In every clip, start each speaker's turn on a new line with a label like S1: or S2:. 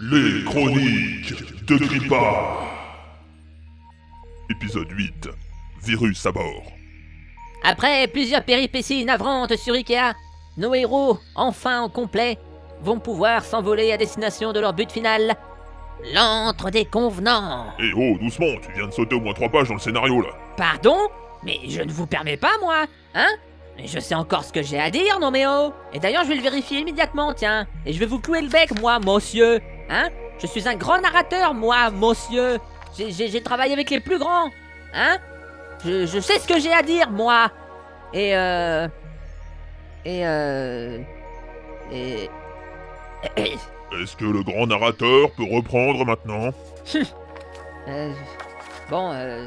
S1: Les chroniques de Grippa. Épisode 8. Virus à bord.
S2: Après plusieurs péripéties navrantes sur Ikea, nos héros, enfin en complet, vont pouvoir s'envoler à destination de leur but final, l'antre des convenants.
S1: Eh oh, doucement, tu viens de sauter au moins trois pages dans le scénario là.
S2: Pardon Mais je ne vous permets pas, moi Hein Mais je sais encore ce que j'ai à dire, non mais oh Et d'ailleurs, je vais le vérifier immédiatement, tiens Et je vais vous clouer le bec, moi, monsieur Hein Je suis un grand narrateur, moi, monsieur J'ai- J'ai j'ai travaillé avec les plus grands Hein je, je sais ce que j'ai à dire, moi Et euh... Et euh... Et...
S1: Est-ce que le grand narrateur peut reprendre maintenant
S2: Euh, bon, euh,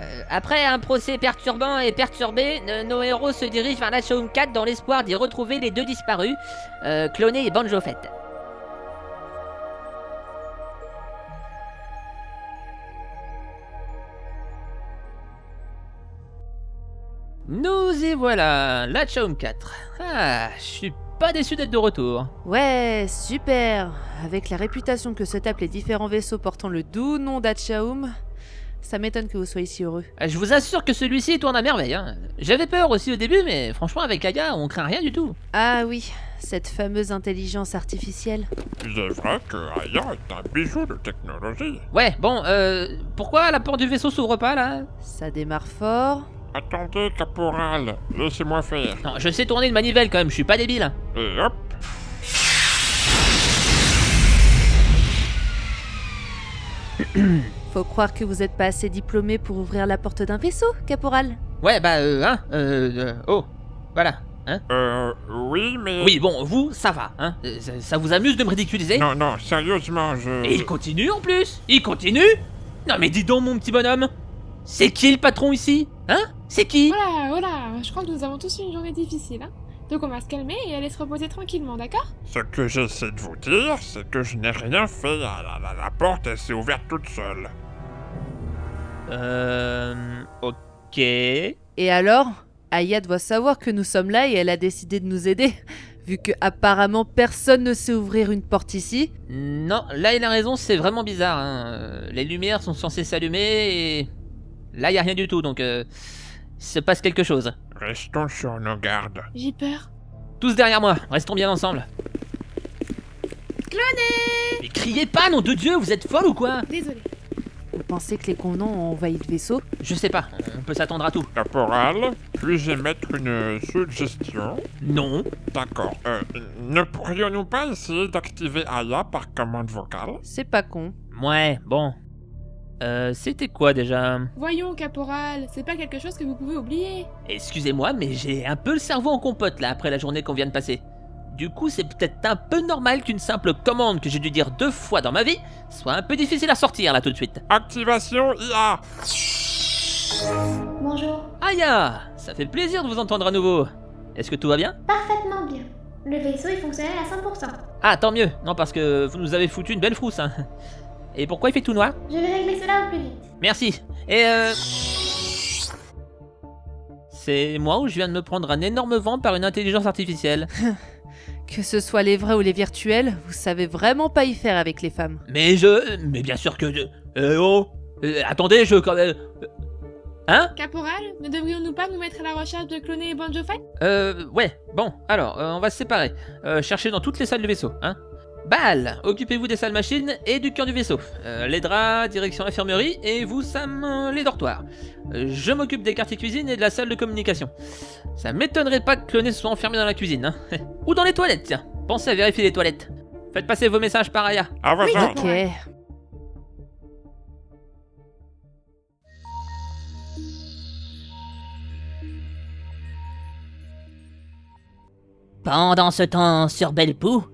S2: euh, après un procès perturbant et perturbé, euh, nos héros se dirigent vers la Showroom 4 dans l'espoir d'y retrouver les deux disparus, euh, Cloné et Banjo Fett. Nous y voilà, la Showroom 4. Ah, je suis pas déçu d'être de retour.
S3: Ouais, super Avec la réputation que se tapent les différents vaisseaux portant le doux nom d'Achaoum, ça m'étonne que vous soyez si heureux.
S2: Euh, Je vous assure que celui-ci tourne à merveille. hein. J'avais peur aussi au début, mais franchement, avec Aga, on craint rien du tout.
S3: Ah oui, cette fameuse intelligence artificielle.
S1: C'est vrai que Aya est un bijou de technologie.
S2: Ouais, bon, euh, pourquoi la porte du vaisseau s'ouvre pas là
S3: Ça démarre fort.
S1: Attendez, caporal, laissez-moi faire.
S2: Non, je sais tourner une manivelle quand même, je suis pas débile. hein.
S1: Et hop
S3: Faut croire que vous êtes pas assez diplômé pour ouvrir la porte d'un vaisseau, caporal.
S2: Ouais, bah, euh, hein, euh, euh, oh, voilà, hein.
S4: Euh, oui, mais.
S2: Oui, bon, vous, ça va, hein. Euh, Ça, ça vous amuse de me ridiculiser
S4: Non, non, sérieusement, je.
S2: Et il continue en plus Il continue Non mais dis donc, mon petit bonhomme C'est qui le patron ici Hein C'est qui
S5: Voilà, voilà, oh je crois que nous avons tous eu une journée difficile. Hein. Donc on va se calmer et aller se reposer tranquillement, d'accord
S4: Ce que j'essaie de vous dire, c'est que je n'ai rien fait. Ah, La, la, la porte, elle s'est ouverte toute seule.
S2: Euh. Ok.
S3: Et alors Aya doit savoir que nous sommes là et elle a décidé de nous aider, vu que apparemment personne ne sait ouvrir une porte ici.
S2: Non, là il a raison, c'est vraiment bizarre. hein. Euh, Les lumières sont censées s'allumer et là il y a rien du tout, donc euh, il se passe quelque chose.
S4: Restons sur nos gardes.
S5: J'ai peur.
S2: Tous derrière moi, restons bien ensemble. Cloné Mais criez pas, nom de Dieu, vous êtes folle ou quoi
S5: Désolée.
S3: Vous pensez que les convenants ont envahi le vaisseau
S2: Je sais pas, on peut s'attendre à tout.
S4: Caporal, puis-je émettre une suggestion
S2: Non.
S4: D'accord. Euh, ne pourrions-nous pas essayer d'activer Aya par commande vocale
S3: C'est pas con.
S2: Ouais, bon. Euh, c'était quoi déjà
S5: Voyons, caporal, c'est pas quelque chose que vous pouvez oublier.
S2: Excusez-moi, mais j'ai un peu le cerveau en compote là après la journée qu'on vient de passer. Du coup, c'est peut-être un peu normal qu'une simple commande que j'ai dû dire deux fois dans ma vie soit un peu difficile à sortir là tout de suite.
S4: Activation IA
S6: Bonjour,
S2: Aya, ça fait plaisir de vous entendre à nouveau. Est-ce que tout va bien
S6: parfaitement bien. Le vaisseau est fonctionnel à 100%.
S2: Ah, tant mieux. Non, parce que vous nous avez foutu une belle frousse. Hein. Et pourquoi il fait tout noir
S6: Je vais régler cela au plus vite.
S2: Merci. Et euh... C'est moi où je viens de me prendre un énorme vent par une intelligence artificielle.
S3: Que ce soit les vrais ou les virtuels, vous savez vraiment pas y faire avec les femmes.
S2: Mais je... Mais bien sûr que... je- Euh, oh Euh, Attendez, je... quand même- euh, Hein
S5: Caporal, ne devrions-nous pas nous mettre à la recherche de cloner et Banjo Fett
S2: Euh... Ouais, bon, alors, euh, on va se séparer. Euh, cherchez dans toutes les salles du vaisseau, hein Bal, occupez-vous des salles machines et du cœur du vaisseau. Euh, les draps, direction infirmerie, et vous, Sam, euh, les dortoirs. Euh, je m'occupe des quartiers cuisine et de la salle de communication. Ça m'étonnerait pas que Cloné se soit enfermé dans la cuisine, hein. Ou dans les toilettes, tiens. Pensez à vérifier les toilettes. Faites passer vos messages par Aya.
S4: À vos ordres.
S3: Ok.
S5: Ouais.
S2: Pendant ce temps, sur Belpou,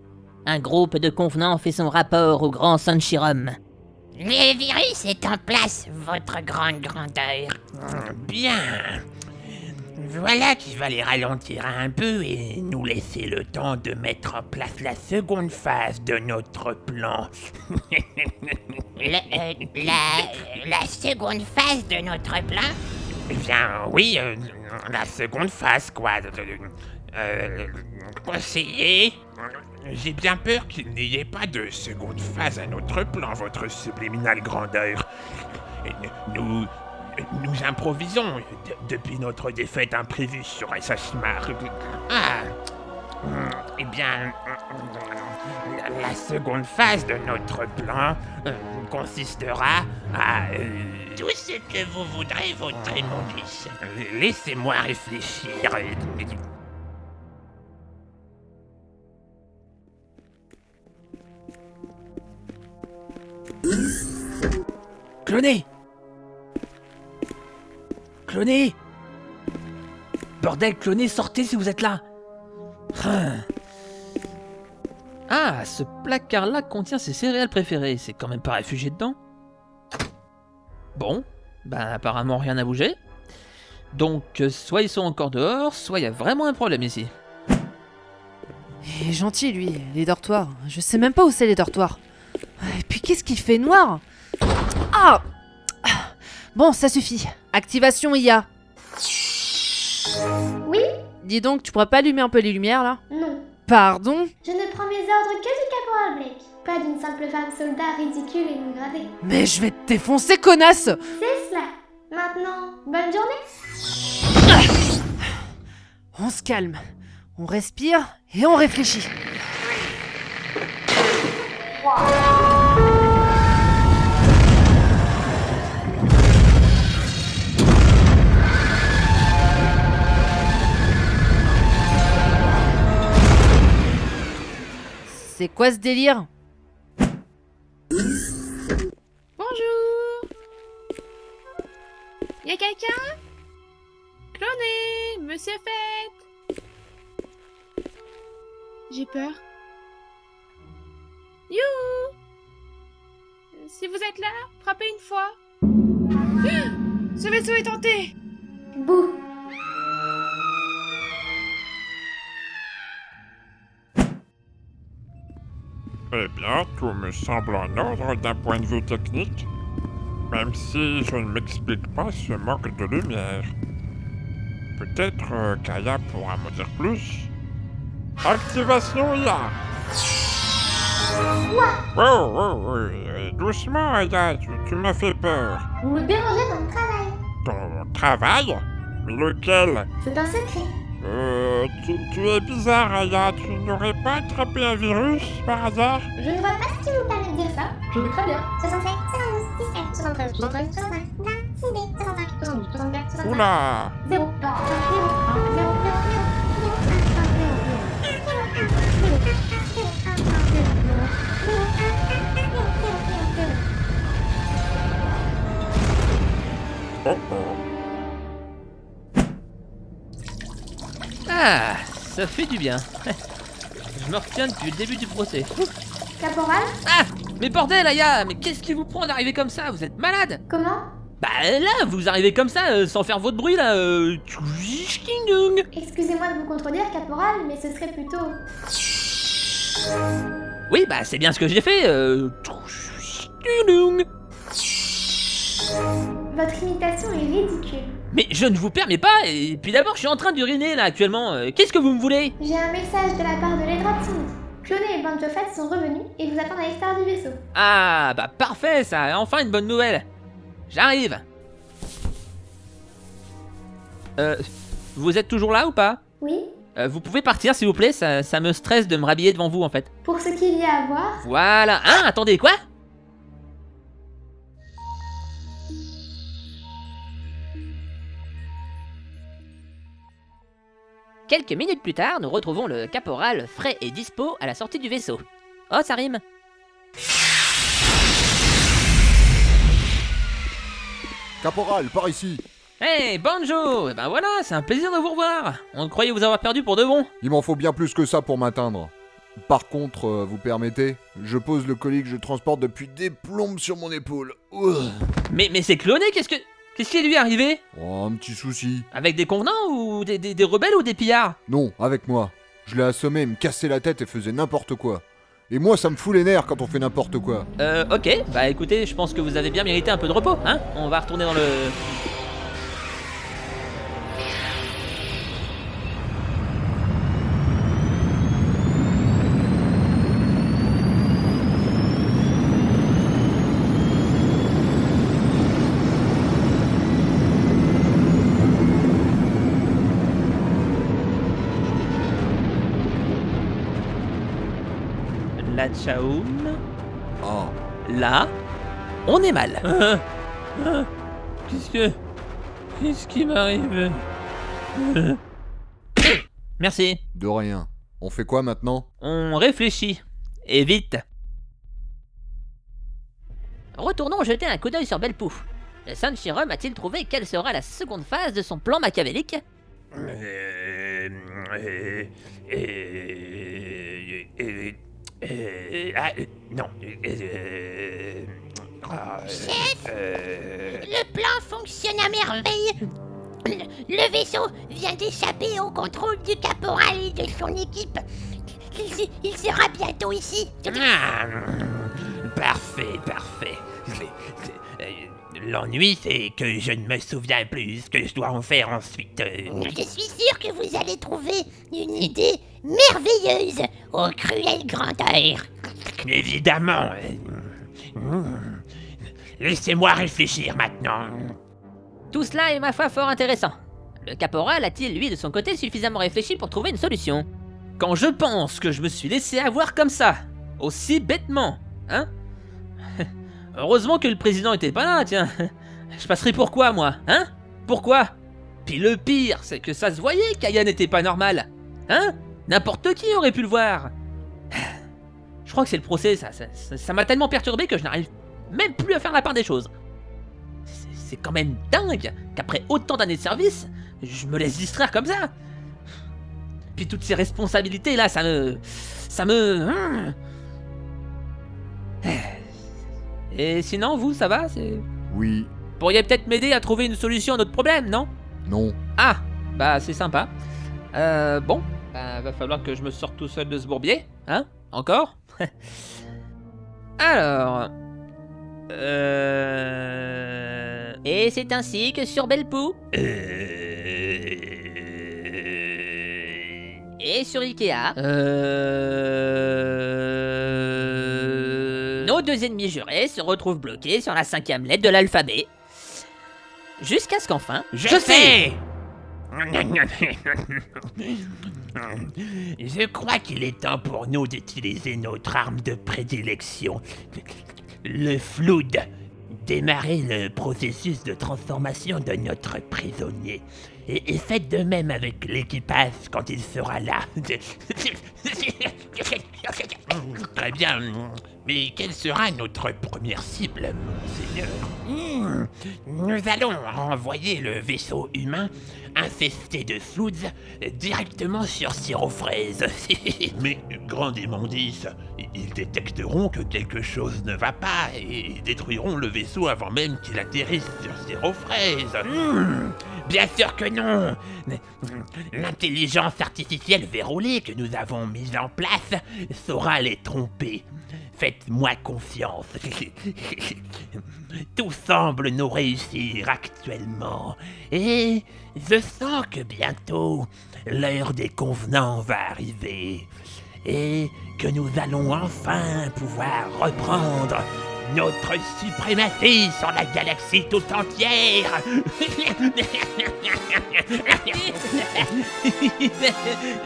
S2: un groupe de convenants fait son rapport au grand Sanchirum.
S7: Le virus est en place, votre grande grandeur.
S8: Bien. Voilà qui va les ralentir un peu et nous laisser le temps de mettre en place la seconde phase de notre plan.
S7: Le- euh, la, la seconde phase de notre plan
S8: euh, Eh bien, oui, euh, la seconde phase, quoi. euh, conseiller J'ai bien peur qu'il n'y ait pas de seconde phase à notre plan, votre subliminale grandeur. Et Nous, nous improvisons de- depuis notre défaite imprévue sur Essashmar. Ah Hum, Eh bien, la- la seconde phase de notre plan euh, consistera à... euh,
S7: Tout ce que vous voudrez, votre immondice.
S8: Laissez-moi réfléchir.
S4: Eh
S2: Cloné Cloné Bordel, cloné, sortez si vous êtes là Hum. Ah, ce placard-là contient ses céréales préférées, c'est quand même pas réfugié dedans. Bon, ben apparemment rien à bouger. Donc, euh, soit ils sont encore dehors, soit il y a vraiment un problème ici.
S3: Il est gentil, lui, les dortoirs. Je sais même pas où c'est les dortoirs. Et puis qu'est-ce qu'il fait noir Ah Ah. Bon, ça suffit. Activation IA.
S6: Oui
S3: Dis donc, tu pourrais pas allumer un peu les lumières là
S6: Non.
S3: Pardon
S6: Je ne prends mes ordres que du caporal Blake. Pas d'une simple femme soldat ridicule et dégradée.
S3: Mais je vais te défoncer, connasse
S6: C'est cela. Maintenant, bonne journée.
S3: On se calme, on respire et on réfléchit. C'est quoi ce délire
S5: Bonjour Y a quelqu'un Cloné Monsieur Fête J'ai peur. You Si vous êtes là, frappez une fois. Ah Ce vaisseau est tenté
S6: Bouh.
S4: Eh bien, tout me semble en ordre d'un point de vue technique, même si je ne m'explique pas ce manque de lumière. Peut-être euh, Kaya pourra m'en dire plus. Activation IA Wow, wow, wow, euh, Doucement, Aya, tu, tu m'as fait peur.
S6: Vous me dérangez dans le travail.
S4: Ton travail Mais Lequel
S6: C'est un secret.
S4: Euh, tu, tu es bizarre, Aya. Tu n'aurais pas attrapé un virus par hasard
S6: Je ne vois pas ce qui vous permet de dire ça. Je vais très bien. 67, 72, 17, 73, 73, 65, 20, 6 65, 72, 64, 65.
S4: Oula
S6: Zéro.
S2: Ah, ça fait du bien. Je me retiens depuis le début du procès. Ouf.
S6: Caporal
S2: Ah Mais bordel, Aya Mais qu'est-ce qui vous prend d'arriver comme ça Vous êtes malade
S6: Comment
S2: Bah là, vous arrivez comme ça, euh, sans faire votre bruit là. euh, tchouichkindung.
S6: Excusez-moi de vous contredire, Caporal, mais ce serait plutôt.
S2: Oui, bah c'est bien ce que j'ai fait. euh, tchouichkindung.
S6: Votre imitation est ridicule.
S2: Mais je ne vous permets pas. Et puis d'abord, je suis en train d'uriner là actuellement. euh, Qu'est-ce que vous me voulez
S6: J'ai un message de la part de l'Edratsuni. Cloné et Banjo Fett sont revenus et vous attendent à l'extérieur du vaisseau.
S2: Ah, bah parfait ça. Enfin une bonne nouvelle. J'arrive. Euh, vous êtes toujours là ou pas
S6: Oui
S2: Euh, vous pouvez partir s'il vous plaît, ça, ça me stresse de me rhabiller devant vous en fait.
S6: Pour ce qu'il y a à voir,
S2: Voilà. Hein, attendez, quoi Quelques minutes plus tard, nous retrouvons le caporal frais et dispo à la sortie du vaisseau. Oh, ça rime
S9: Caporal, par ici
S2: Hey, Banjo Eh ben voilà, c'est un plaisir de vous revoir On croyait vous avoir perdu pour de bon
S9: Il m'en faut bien plus que ça pour m'atteindre. Par contre, euh, vous permettez Je pose le colis que je transporte depuis des plombes sur mon épaule. Ouh.
S2: Mais, mais c'est cloné, qu'est-ce que... Qu'est-ce qui lui est arrivé
S9: Oh, un petit souci.
S2: Avec des convenants ou des, des- des rebelles ou des pillards
S9: Non, avec moi. Je l'ai assommé, il me cassait la tête et faisait n'importe quoi. Et moi, ça me fout les nerfs quand on fait n'importe quoi.
S2: Euh, ok, bah écoutez, je pense que vous avez bien mérité un peu de repos, hein On va retourner dans le... La tchaoum.
S9: Ah,
S2: Là, on est mal.
S8: Hein Qu'est-ce que. Qu'est-ce qui m'arrive
S2: Merci.
S9: de rien. On fait quoi maintenant
S2: On réfléchit. Et vite. Retournons jeter un coup d'œil sur Belpouf. Sanchirum a-t-il trouvé quelle sera la seconde phase de son plan machiavélique
S8: Euh, euh, euh, euh, euh, ah, euh, non. euh, ah, euh, euh,
S7: Le plan fonctionne à merveille. Le, le vaisseau vient d'échapper au contrôle du caporal et de son équipe. Il, se- il sera bientôt ici.
S8: ah, mm, parfait, parfait. Je- je- euh, L'ennui, c'est que je ne me souviens plus ce que je dois en faire ensuite. euh.
S7: Je suis sûr que vous allez trouver une idée merveilleuse au cruel grand air.
S8: Évidemment. euh, mm. Laissez-moi réfléchir maintenant.
S2: Tout cela est ma foi fort intéressant. Le caporal a-t-il, lui, de son côté, suffisamment réfléchi pour trouver une solution Quand je pense que je me suis laissé avoir comme ça, aussi bêtement, hein Heureusement que le président était pas là, tiens. Je passerai pourquoi, moi, hein Pourquoi Puis le pire, c'est que ça se voyait qu'Aya n'était pas normal, hein N'importe qui aurait pu le voir. Je crois que c'est le procès, ça. Ça- ça- ça m'a tellement perturbé que je n'arrive même plus à faire la part des choses. C'est- C'est quand même dingue qu'après autant d'années de service, je me laisse distraire comme ça. Puis toutes ces responsabilités là, ça me. Ça me. Hum. Et sinon, vous, ça va C'est- Vous
S9: Oui,
S2: pourriez peut-être m'aider à trouver une solution à notre problème, non
S9: non.
S2: Ah Bah, c'est sympa. Euh, bon, bah, va falloir que je me sorte tout seul de ce bourbier, hein Encore Alors. Euh. Et c'est ainsi que sur Belpou Et sur Ikea. Euh... Nos deux ennemis jurés se retrouvent bloqués sur la cinquième lettre de l'alphabet. Jusqu'à ce qu'enfin.
S8: Je, sais. Je crois qu'il est temps pour nous d'utiliser notre arme de prédilection, le flood. Démarrez le processus de transformation de notre prisonnier. Et, et faites de même avec l'équipage quand il sera là. Très Eh bien. Mais quelle sera notre première cible, monseigneur Hmm, Nous allons renvoyer le vaisseau humain infesté de flouds directement sur Sirofraise. Mais grande immondice, ils détecteront que quelque chose ne va pas et ils détruiront le vaisseau avant même qu'il atterrisse sur Sirofraise. Hmm. bien sûr que non hum, L'intelligence artificielle verrouillée que nous avons mise en place saura les tromper. Faites-moi confiance. Tout semble nous réussir actuellement. Et je sens que bientôt, l'heure des convenants va arriver. Et que nous allons enfin pouvoir reprendre notre suprématie sur la galaxie tout entière.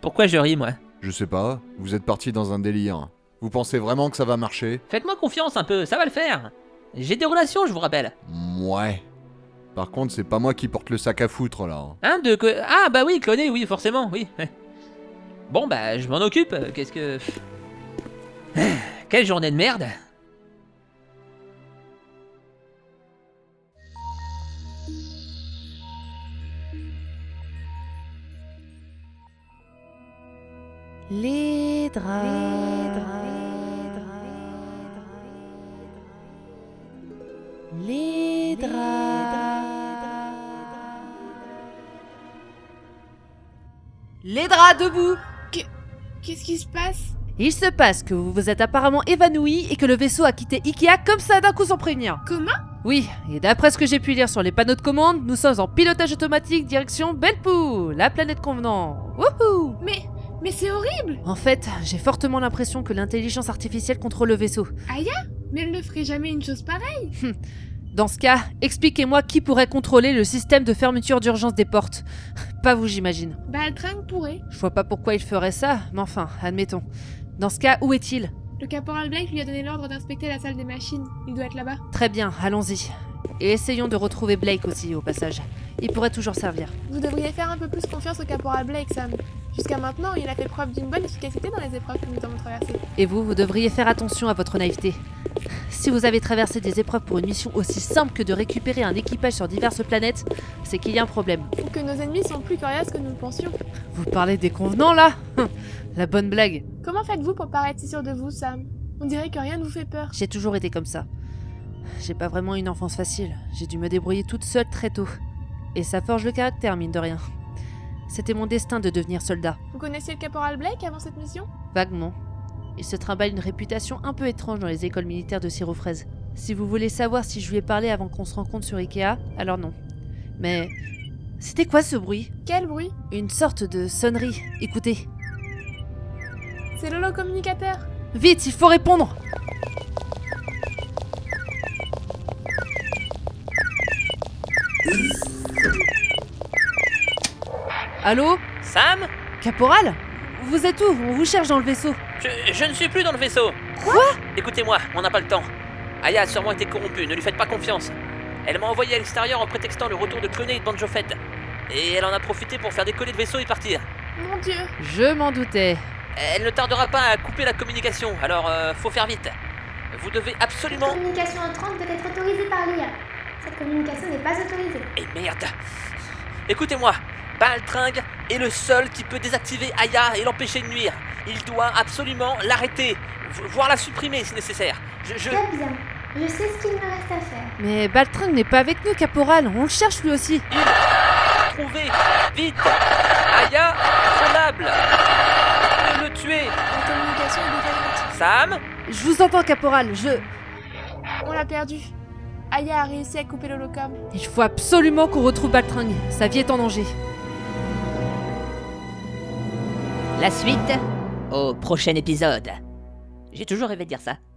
S2: Pourquoi je ris, moi
S9: Je sais pas, vous êtes parti dans un délire. Vous pensez vraiment que ça va marcher
S2: Faites-moi confiance un peu, ça va le faire. J'ai des relations, je vous rappelle.
S9: Mouais. Par contre, c'est pas moi qui porte le sac à foutre là.
S2: Hein, de co- Ah bah oui, cloner, oui, forcément, oui. Bon bah, je m'en occupe, euh, qu'est-ce que... Quelle journée de merde
S3: Les draps. Les draps. Les draps debout.
S5: Qu'est-ce qui se passe
S3: Il se passe que vous vous êtes apparemment évanoui et que le vaisseau a quitté Ikea comme ça d'un coup sans prévenir.
S5: Comment
S3: Oui, et d'après ce que j'ai pu lire sur les panneaux de commande, nous sommes en pilotage automatique direction Belpou, la planète convenant. Wouhou
S5: Mais, mais c'est horrible
S3: En fait, j'ai fortement l'impression que l'intelligence artificielle contrôle le vaisseau.
S5: Mais elle ne ferait jamais une chose pareille
S3: Dans ce cas, expliquez-moi qui pourrait contrôler le système de fermeture d'urgence des portes. Pas vous, j'imagine.
S5: Bah, elle pourrait.
S3: Je vois pas pourquoi il ferait ça, mais enfin, admettons. Dans ce cas, où est-il
S5: Le caporal Blake lui a donné l'ordre d'inspecter la salle des machines. Il doit être là-bas.
S3: Très bien, allons-y. Et essayons de retrouver Blake aussi, au passage. Il pourrait toujours servir.
S5: Vous devriez faire un peu plus confiance au caporal Blake, Sam. Jusqu'à maintenant, il a fait preuve d'une bonne efficacité dans les épreuves que nous avons traversées.
S3: Et vous, vous devriez faire attention à votre naïveté. Si vous avez traversé des épreuves pour une mission aussi simple que de récupérer un équipage sur diverses planètes, c'est qu'il y a un problème.
S5: Ou que nos ennemis sont plus curieux que nous le pensions.
S3: Vous parlez des convenants là La bonne blague.
S5: Comment faites-vous pour paraître si sûr de vous, Sam On dirait que rien ne vous fait peur.
S3: J'ai toujours été comme ça. J'ai pas vraiment une enfance facile. J'ai dû me débrouiller toute seule très tôt. Et ça forge le caractère, mine de rien. C'était mon destin de devenir soldat.
S5: Vous connaissiez le caporal Blake avant cette mission
S3: Vaguement. Il se trimballe une réputation un peu étrange dans les écoles militaires de sirop fraise. Si vous voulez savoir si je lui ai parlé avant qu'on se rencontre sur Ikea, alors non. Mais. C'était quoi ce bruit
S5: Quel bruit
S3: Une sorte de sonnerie. Écoutez.
S5: C'est Lolo communicateur
S3: Vite, il faut répondre Allô
S2: Sam
S3: Caporal Vous êtes où On vous cherche dans le vaisseau.
S2: je, je ne suis plus dans le vaisseau.
S3: Quoi
S2: Écoutez-moi, on n'a pas le temps. Aya a sûrement été corrompue, ne lui faites pas confiance. Elle m'a envoyé à l'extérieur en prétextant le retour de Clooney et de Banjo Fett. Et elle en a profité pour faire décoller le vaisseau et partir.
S5: Mon dieu
S3: Je m'en doutais.
S2: Elle ne tardera pas à couper la communication, alors euh, faut faire vite. Vous devez
S6: La
S2: absolument...
S6: communication entrante peut être autorisée par l'IA. Cette communication n'est pas autorisée.
S2: Et Eh, merde Écoutez-moi, Baltringue est le seul qui peut désactiver Aya et l'empêcher de nuire. Il doit absolument l'arrêter, vo- voire la supprimer si nécessaire. Je... je...
S6: Très bien. Je sais ce qu'il me reste à faire.
S3: Mais Baltring n'est pas avec nous, Caporal. On le cherche lui aussi.
S2: Trouver Vite Aya, prenable Ne le tuer
S5: La communication est défaillante.
S2: Sam
S3: Je vous entends, Caporal. Je.
S5: On l'a perdu. Aya a réussi à couper l'holocom.
S3: Il faut absolument qu'on retrouve Baltring. Sa vie est en danger.
S2: La suite au prochain épisode. J'ai toujours rêvé de dire ça.